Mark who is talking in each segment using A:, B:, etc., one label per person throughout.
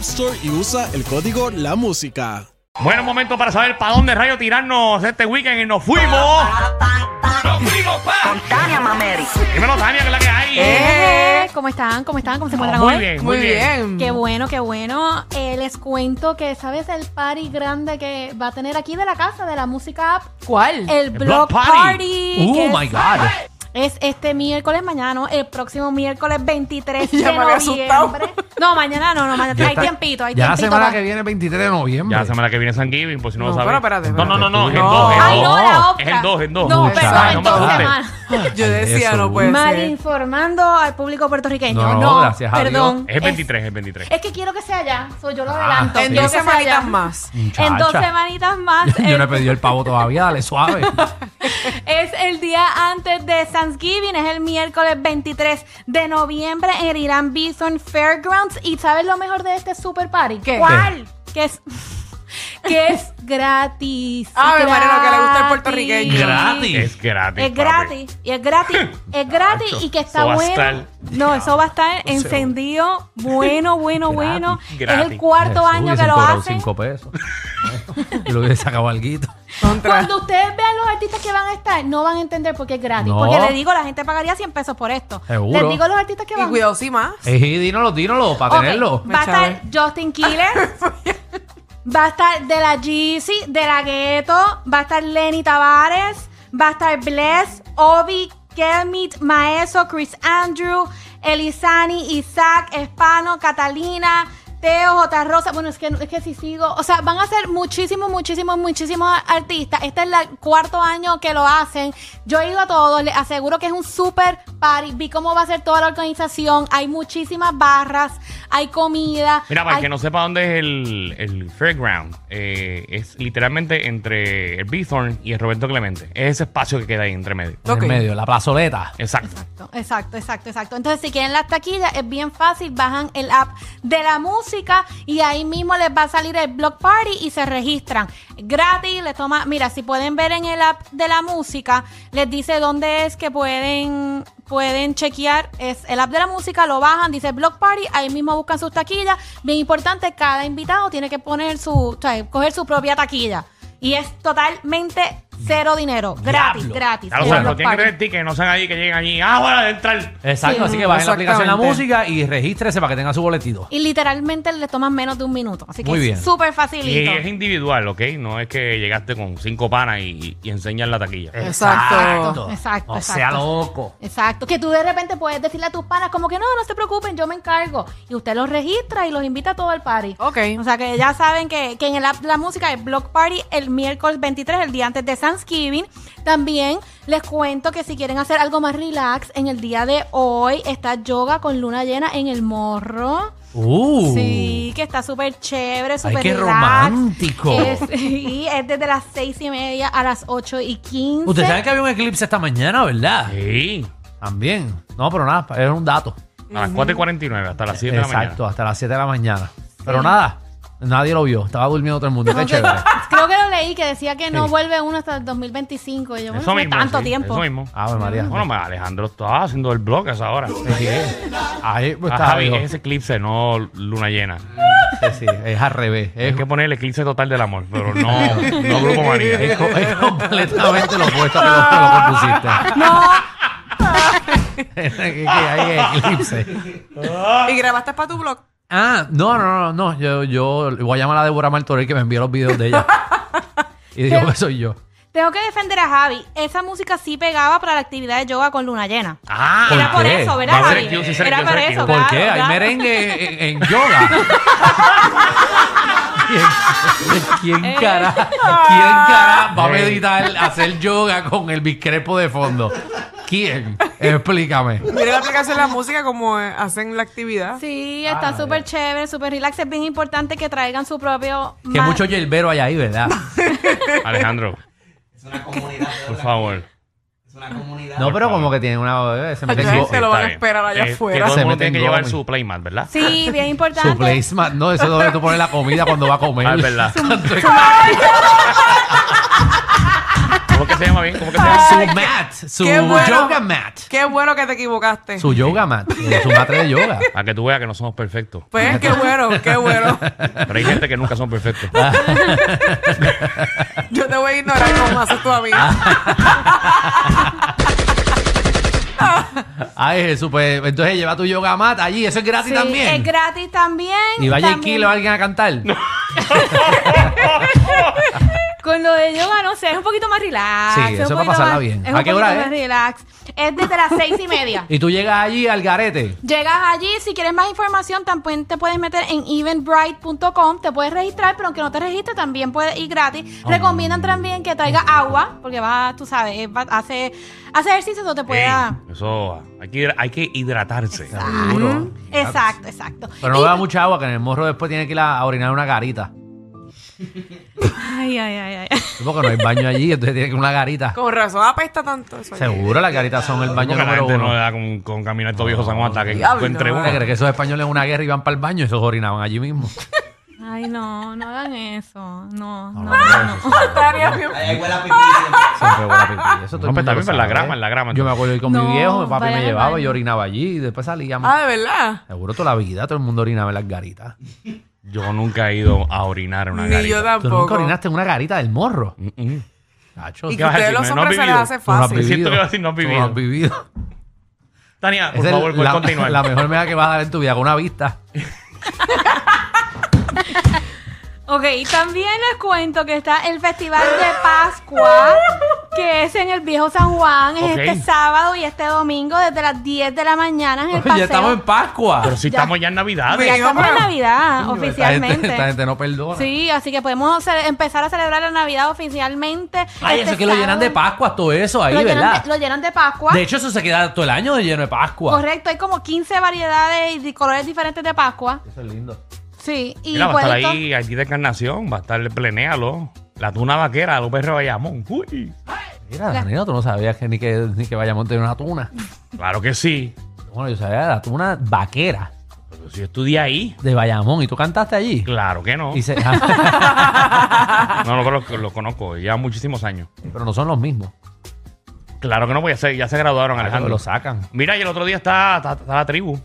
A: Store y usa el código La Música.
B: Bueno, momento para saber para dónde rayo tirarnos este weekend y nos fuimos. Nos fuimos pa.
C: Tania Mameri.
B: Dímelo, Tania, que es la que hay.
D: Eh, ¿Cómo están? ¿Cómo están? ¿Cómo se encuentran
B: muy
D: hoy?
B: bien, muy,
E: Muy bien.
D: Qué bueno, qué bueno. Eh, les cuento que, ¿sabes el party grande que va a tener aquí de la casa de la música app?
E: ¿Cuál?
D: El Block Party.
F: Uh, Oh
D: que es-
B: God.
D: Es este miércoles, mañana no, el próximo miércoles 23 de
E: Ya me había asustado.
D: noviembre. No, mañana no, no, mañana.
F: Ya
D: hay
F: está-
D: tiempito, hay
F: Ya la
D: tiempito.
F: semana
D: pa-
F: que viene, 23 de noviembre.
B: Ya la semana que viene es San Giving, por si no,
E: No,
B: lo sabes.
E: pero espérate,
B: no, no, no, no, es en
E: No.
B: dos. es en
D: Ay, no,
B: dos.
D: la otra.
B: Oh, Es en dos, en dos.
D: No,
E: Muchacha,
D: perdón, en
E: no
D: dos
E: me asustes.
D: semanas.
E: Yo decía,
F: Eso,
E: no puede
D: Mal
E: ser.
D: informando al público puertorriqueño.
F: No,
D: No,
F: gracias a
D: perdón.
B: Es el 23, es el 23.
D: Es, es que quiero que sea ya, soy yo lo adelanto.
E: Ah, En
F: Sí.
D: quiero
E: dos
D: que sea
E: semanitas
D: ya.
E: más.
F: Muchacha.
D: En dos semanitas más.
F: Yo no he
D: eh,
F: pedido el pavo todavía, dale suave.
D: Es el día antes de Thanksgiving, es el miércoles 23 de noviembre en el Irán Bison Fairgrounds. ¿Y sabes lo mejor de este super party?
E: ¿Qué?
D: ¿Cuál? Que es, que es gratis.
E: Ave
D: ver,
E: María, lo que le gusta al puertorriqueño.
F: Gratis.
B: Es gratis.
D: Es
B: papi.
D: gratis, y es gratis, es gratis y que está
B: Eso va a
D: bueno.
B: estar-
D: No, eso va a estar encendido, bueno, bueno, bueno. Es el
B: gratis.
D: cuarto
F: Jesús,
D: año que
F: hubiesen
D: lo
F: cobrado
D: hacen.
F: cinco pesos. y lo hubiese sacado Eh, alguito.
E: Contra.
D: Cuando ustedes vean los artistas que van a estar, no van a entender por qué es gratis.
F: No.
D: Porque les digo, la gente pagaría 100 pesos por esto.
F: Seguro.
D: Les digo a los artistas que
E: Y
D: van.
E: cuidado, sí más.
F: Ejí, dínolo, dínolo, para
D: Ok,
F: tenerlo.
D: Va a estar
E: Chávez.
D: Justin Quiles. va a estar de la Jeezy, de la Ghetto. Va a estar Lenny Tavares. Va a estar Bless, Obi, Kelmit, Maeso, Chris Andrew, Elizani, Isaac, Espano, Catalina. Teo, J. Rosa, bueno, es que, es que si sigo, o sea, van a ser muchísimos, muchísimos, muchísimos artistas. Este es el cuarto año que lo hacen. Yo he ido a todos, les aseguro que es un super party. Vi cómo va a ser toda la organización. Hay muchísimas barras, hay comida.
B: Mira, para el
D: hay-
B: que no sepa dónde es el, el fairground, eh, es literalmente entre el Bithorn y el Roberto Clemente. Es ese espacio que queda ahí entre medio.
F: En el
E: Ok.
F: medio, la plazoleta.
B: Exacto.
D: Exacto, exacto, exacto. Entonces, si quieren las taquillas, es bien fácil. Bajan el app de la música y ahí mismo les va a salir el Block Party y se registran. Gratis, les toma. Mira, si pueden ver en el app de la música, les dice dónde es que pueden. Pueden chequear, es el app de la música, lo bajan, dice Block Party, ahí mismo buscan sus taquillas. Bien importante, cada invitado tiene que poner su, o sea, coger su propia taquilla. Y es totalmente cero dinero. Gratis,
F: Diablo.
D: gratis.
B: Ya lo
D: el
B: saben,
D: Block
B: no tienen que
D: Party.
B: tener ticket, no sean allí que lleguen allí. Ah, bueno, de entrar.
F: Exacto,
D: Sí.
F: así que bajen la aplicación la
E: Exactamente.
F: música y regístrese para que tenga su boletito.
D: Y literalmente le toman menos de un minuto. Así que
F: Muy bien.
D: es súper
B: Y
D: facilito.
B: es individual, ¿ok? No es que llegaste con cinco panas y, y enseñas la taquilla.
F: Eh.
E: Exacto.
D: Exacto,
F: O sea,
D: exacto.
F: loco.
D: Exacto. Que tú de repente puedes decirle a tus panas como que no, no se preocupen, yo me encargo. Y usted los registra y los invita a todo el party.
E: Ok.
D: O sea que ya saben que, que en el app de la música el Block Party el miércoles 23, el día antes de Thanksgiving. También les cuento que si quieren hacer algo más relax, en el día de hoy está yoga con luna llena en el morro.
F: Uh.
D: Sí, que está súper chévere, súper
F: qué
D: relax.
F: romántico.
D: Es, y es desde las seis y media a las ocho y quince.
F: Ustedes saben que había un eclipse esta mañana, ¿verdad?
B: Sí.
F: También. No, pero nada, era un dato.
B: A las 4 y 49 hasta las 7 de la mañana.
F: Exacto, hasta las 7 de la mañana. Pero nada, nadie lo vio. Estaba durmiendo todo el mundo. Qué chévere.
D: Creo que lo leí que decía que no
F: Sí.
D: vuelve uno hasta el 2025. Y yo, bueno,
B: Eso
D: no es
B: mismo.
D: tanto
B: sí,
D: tiempo.
B: Eso mismo.
F: Ave María.
B: Bueno, ma- Alejandro está haciendo el blog a esa hora.
F: Sí. Ahí pues,
B: Ah,
F: está.
B: Javi,
F: viejo.
B: es ese eclipse, no luna llena.
F: Sí, sí, es al revés.
B: Hay
F: Es,
B: que poner el eclipse total del amor, pero no, no grupo manía.
F: es completamente lo opuesto a lo que lo que
D: No.
F: pusiste. que hay eclipse.
E: ¿Y grabaste para tu blog?
F: Ah, no, no, no, no. Yo, yo le voy a llamar a Débora Martorell que me envíe los videos de ella. y digo que soy yo.
D: Tengo que defender a Javi. Esa música sí pegaba para la actividad de yoga con luna llena.
F: Ah,
D: Era por eso, ¿verdad,
B: Va a ser
D: Javi?
B: excuse, ser
D: Era
B: excuse,
D: por
B: ser
D: eso,
B: excuse.
F: ¿Por
D: claro,
F: qué? Hay
D: claro.
F: merengue en, en yoga. ¿Quién,
D: Eh,
F: quién cara, quién cara va a
B: Hey.
F: meditar hacer yoga con el biscrepo de fondo? ¿Quién? Explícame.
E: Mira la aplicación de la música como eh, hacen la actividad.
D: Sí, está
B: Ah,
D: súper chévere, súper relax. Es bien importante que traigan su propio...
F: Que
D: ma-
F: mucho yerbero hay ahí, ¿verdad?
B: Alejandro,
C: Es una comunidad. de
B: por
C: verdad.
B: favor.
C: Es una comunidad.
F: No, pero como que tienen una... eh, Se meten
E: Ay,
F: go-
E: se lo van a
B: Está bien.
E: esperar allá
B: Eh,
E: afuera.
B: Que todo
F: Se
B: el mundo
F: meten
B: tiene que llevar
F: gomi.
B: su playmat, ¿verdad?
D: Sí, bien importante.
F: Su placemat. No, eso es donde tú pones la comida cuando va a comer.
B: Ah, es verdad. ¿Cómo que se llama bien? ¿Cómo que se llama?
F: Su mat. Su
E: qué bueno.
F: yoga mat.
E: Qué bueno que te equivocaste.
F: Su yoga mat. eh, Su mat de yoga.
B: A que tú veas que no somos perfectos.
E: Pues qué bueno, qué bueno.
B: Pero hay gente que nunca son perfectos.
F: Ah,
E: Yo te voy a ignorar como haces tú a mí.
F: Ay, Jesús, pues entonces lleva tu yoga mat allí. Eso es gratis
D: Sí,
F: también.
D: Es gratis también.
F: y vaya el
D: También
F: kilo alguien a cantar.
D: Con lo de yoga, no sé, es un poquito más relax.
F: Sí,
D: es un
F: eso para
D: poquito
F: pasarla
D: más-
F: bien.
D: Es
F: ¿A
D: un
F: qué
D: poquito
F: hora
D: más
F: es?
D: relax. Es desde las seis y media.
F: Y tú llegas allí al garete.
D: Llegas allí, si quieres más información, también te puedes meter en eventbrite.com, te puedes registrar, pero aunque no te registres, también puedes ir gratis.
F: Oh.
D: Recomiendan también que traiga agua, porque va, tú sabes, eh, va- hace, hace ejercicio, no te
F: pues, ah.
D: pueda...
B: Ey, eso, hay que, hay que hidratarse.
F: Seguro.
D: Exacto, exacto.
F: Pero no beba mucha agua, que en el morro después tiene que ir a a orinar una garita.
D: Ay, ay, ay, ay.
F: Sí, Porque no hay baño allí, entonces tiene que ir a una garita.
E: Con razón apesta tanto eso. allí.
F: Seguro, las garitas son el baño
B: Porque la
F: número
B: gente no le
F: uno.
B: da con, con caminar todo viejo San Juan hasta que
E: Diablo,
B: encuentre
E: no.
B: uno.
F: ¿Te crees que esos españoles en una guerra iban para el baño? Esos orinaban allí mismo.
D: Ay, no, no hagan eso. No,
F: No,
D: no.
F: no, no, eso siempre-
E: Estaría bien.
C: Ahí huele a pipí.
F: Siempre huele a pipí.
B: No,
F: Eso todo el
B: pero
F: mundo lo
B: también en la
F: sabe. ¿eh?
B: grama, en la grama.
F: Yo me acuerdo de ir con
D: No,
F: mi viejo, mi papi
D: vayan
F: me
D: al
F: llevaba y
D: baño.
F: orinaba allí y después salíamos.
E: Ah, de verdad.
F: Seguro toda la vida todo el mundo orinaba en las garitas.
B: Yo nunca he ido a orinar en una
E: Ni yo
B: garita.
F: Tú nunca
E: tampoco.
F: orinaste en una garita del morro.
B: Mm-mm.
F: Cacho,
E: Y
F: tú
E: que
B: vas a
E: ustedes
B: decirme?
E: los
B: ¿No has
E: hombres se les
B: vivido?
D: este
E: hace
F: no lo has
E: fácil.
B: Siento que así no has
F: Tú lo
B: vivido.
F: has vivido.
B: Tania, por
F: Esa es
B: favor, puedes
F: la,
B: continuar.
F: la mejor mega que vas a dar en tu vida con una vista.
D: Ok, y también les cuento que está el Festival de Pascua, que es en el Viejo San Juan, es
B: Ok.
D: este sábado y este domingo desde las 10 de la mañana en el paseo.
F: ya estamos en Pascua.
B: Pero si
D: Ya.
B: estamos ya en Navidad.
E: Mira,
D: Ya estamos en
E: Pero-
D: Navidad,
F: Coño, Esta gente,
D: oficialmente.
F: esta gente no perdona.
D: Sí, así que podemos ce- empezar a celebrar la Navidad oficialmente.
F: Ay,
D: este
F: eso que lo llenan de
D: sábado.
F: Pascua, todo eso ahí,
D: Lo llenan
F: ¿verdad?
D: de- lo llenan de Pascua.
F: De hecho, eso se queda todo el año lleno de Pascua.
D: Correcto, hay como 15 variedades y de colores diferentes de Pascua.
F: Eso es lindo.
D: Sí, y
B: Mira, va a
D: puedes
B: estar
D: to-
B: ahí allí de encarnación, va a estar el plenéalo. La tuna vaquera, López Rebayamón. Uy.
F: Mira, Danilo, tú no sabías que ni que, ni que Bayamón tenía una tuna.
B: Claro que sí.
F: Bueno, yo sabía la tuna vaquera
B: Pero si yo estudié ahí.
F: de Bayamón. ¿Y tú cantaste allí?
B: Claro que no.
F: Y se- Ah,
B: No, no, pero lo, lo conozco, lleva muchísimos años.
F: pero no son los mismos.
B: Claro que no, pues ya se, ya se graduaron, Alejandro.
F: Alejandro. Lo sacan.
B: Mira, y el otro día está, está- está la tribu.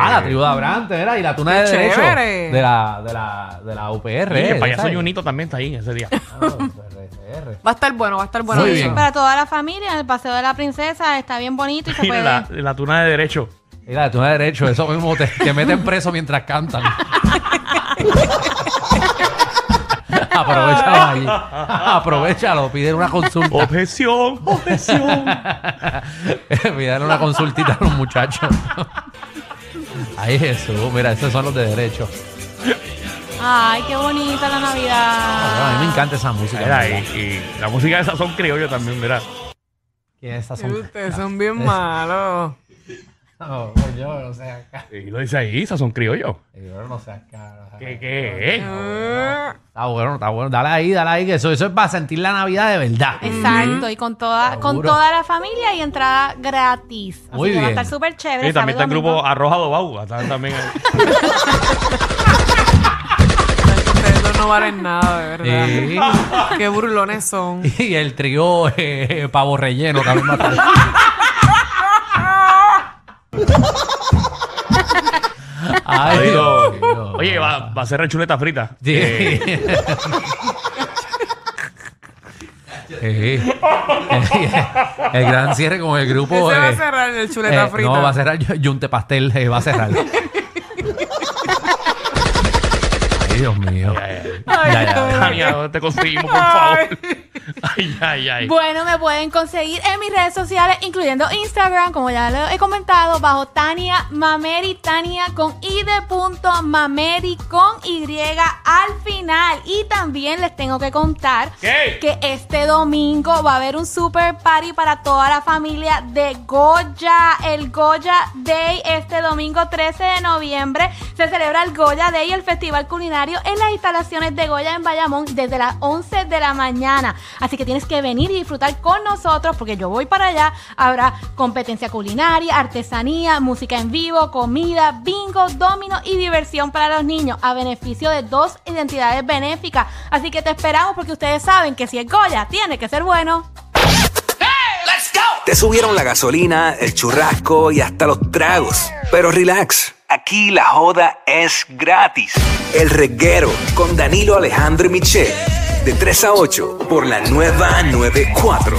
F: Ah,
B: Eh,
F: la tribu de Abrante, era, y la tuna
E: Qué
F: de derecho
E: chévere.
F: de la, de la, de la UPR.
B: Y
F: ¿eh?
B: el payaso
F: ¿sabes?
B: Junito también está ahí ese día.
F: Ah, UPR.
E: Va a estar bueno, va a estar bueno.
D: Sí,
F: Muy bien.
D: para toda la familia, el paseo de la princesa está bien bonito y se
B: Mira, la,
D: puede.
B: la tuna de derecho.
F: Y la tuna de derecho, eso mismo te, te meten preso mientras cantan. Aprovechalo allí. Aprovechalo, piden una consulta.
B: Objeción,
F: Oh.
B: objeción.
F: piden una consultita a los muchachos. Ay, Jesús, mira, esos son los de derecho.
D: Ay, qué bonita la Navidad.
F: Ah, a mí me encanta esa música.
B: Mira,
F: ¿verdad?
B: y, y la música de esa son criollo también, mira.
F: ¿Quién es esa
E: Sí,
F: son?
E: Ustedes son bien malos.
F: No, pues yo no sé acá.
B: Y lo dice ahí, esas son criollo.
F: Yo no sé acá.
B: ¿Qué, qué es?
E: Eh,
F: Está bueno, está bueno. Dale ahí, dale ahí, que eso, eso es para sentir la Navidad de verdad.
D: Exacto, y con toda, con
F: Seguro.
D: toda la familia y entrada gratis. Así
F: Muy
D: que va a
F: bien.
D: estar súper chévere.
B: Y también está el
D: sábado y
B: grupo
D: domingo.
B: Arrojado Bauga. También
E: Ustedes dos no valen nada, de verdad.
F: Sí.
E: Qué burlones son.
F: Y el trío eh, pavo relleno también va a estar. Ay, Dios mío.
B: Oye, va, Eh, va a ser rechuleta frita.
F: Sí.
B: Eh,
F: Sí. el gran cierre con el
E: Ese
F: grupo.
E: va a
F: eh,
E: cerrar el chuleta
F: eh,
E: frita.
F: No, va a cerrar Yu- Yunte Pastel, eh, va a cerrar. ay, Dios mío.
E: Ay,
F: Ya, ya,
E: Dios mío.
B: Tania, ¿dónde te conseguimos, por favor? Ay, ay, ay.
D: Bueno, me pueden conseguir en mis redes sociales, incluyendo Instagram, como ya lo he comentado, bajo Tania Mameri, Tania con I de punto Mameri con Y al final. Y también les tengo que contar
B: ¿Qué?
D: que este domingo va a haber un super party para toda la familia de Goya. El Goya Day este domingo 13 de noviembre se celebra el Goya Day, el festival culinario en las instalaciones de Goya en Bayamón desde las 11 de la mañana. Así que tienes que venir y disfrutar con nosotros porque yo voy para allá. Habrá competencia culinaria, artesanía, música en vivo, comida, bingo, domino y diversión para los niños a beneficio de dos identidades benéficas. Así que te esperamos porque ustedes saben que si es Goya, tiene que ser bueno.
G: Te subieron la gasolina, el churrasco y hasta los tragos. Pero relax, aquí la joda es gratis. El reguero con Danilo Alejandro y Michel, de 3 a 8 por la nueva 94.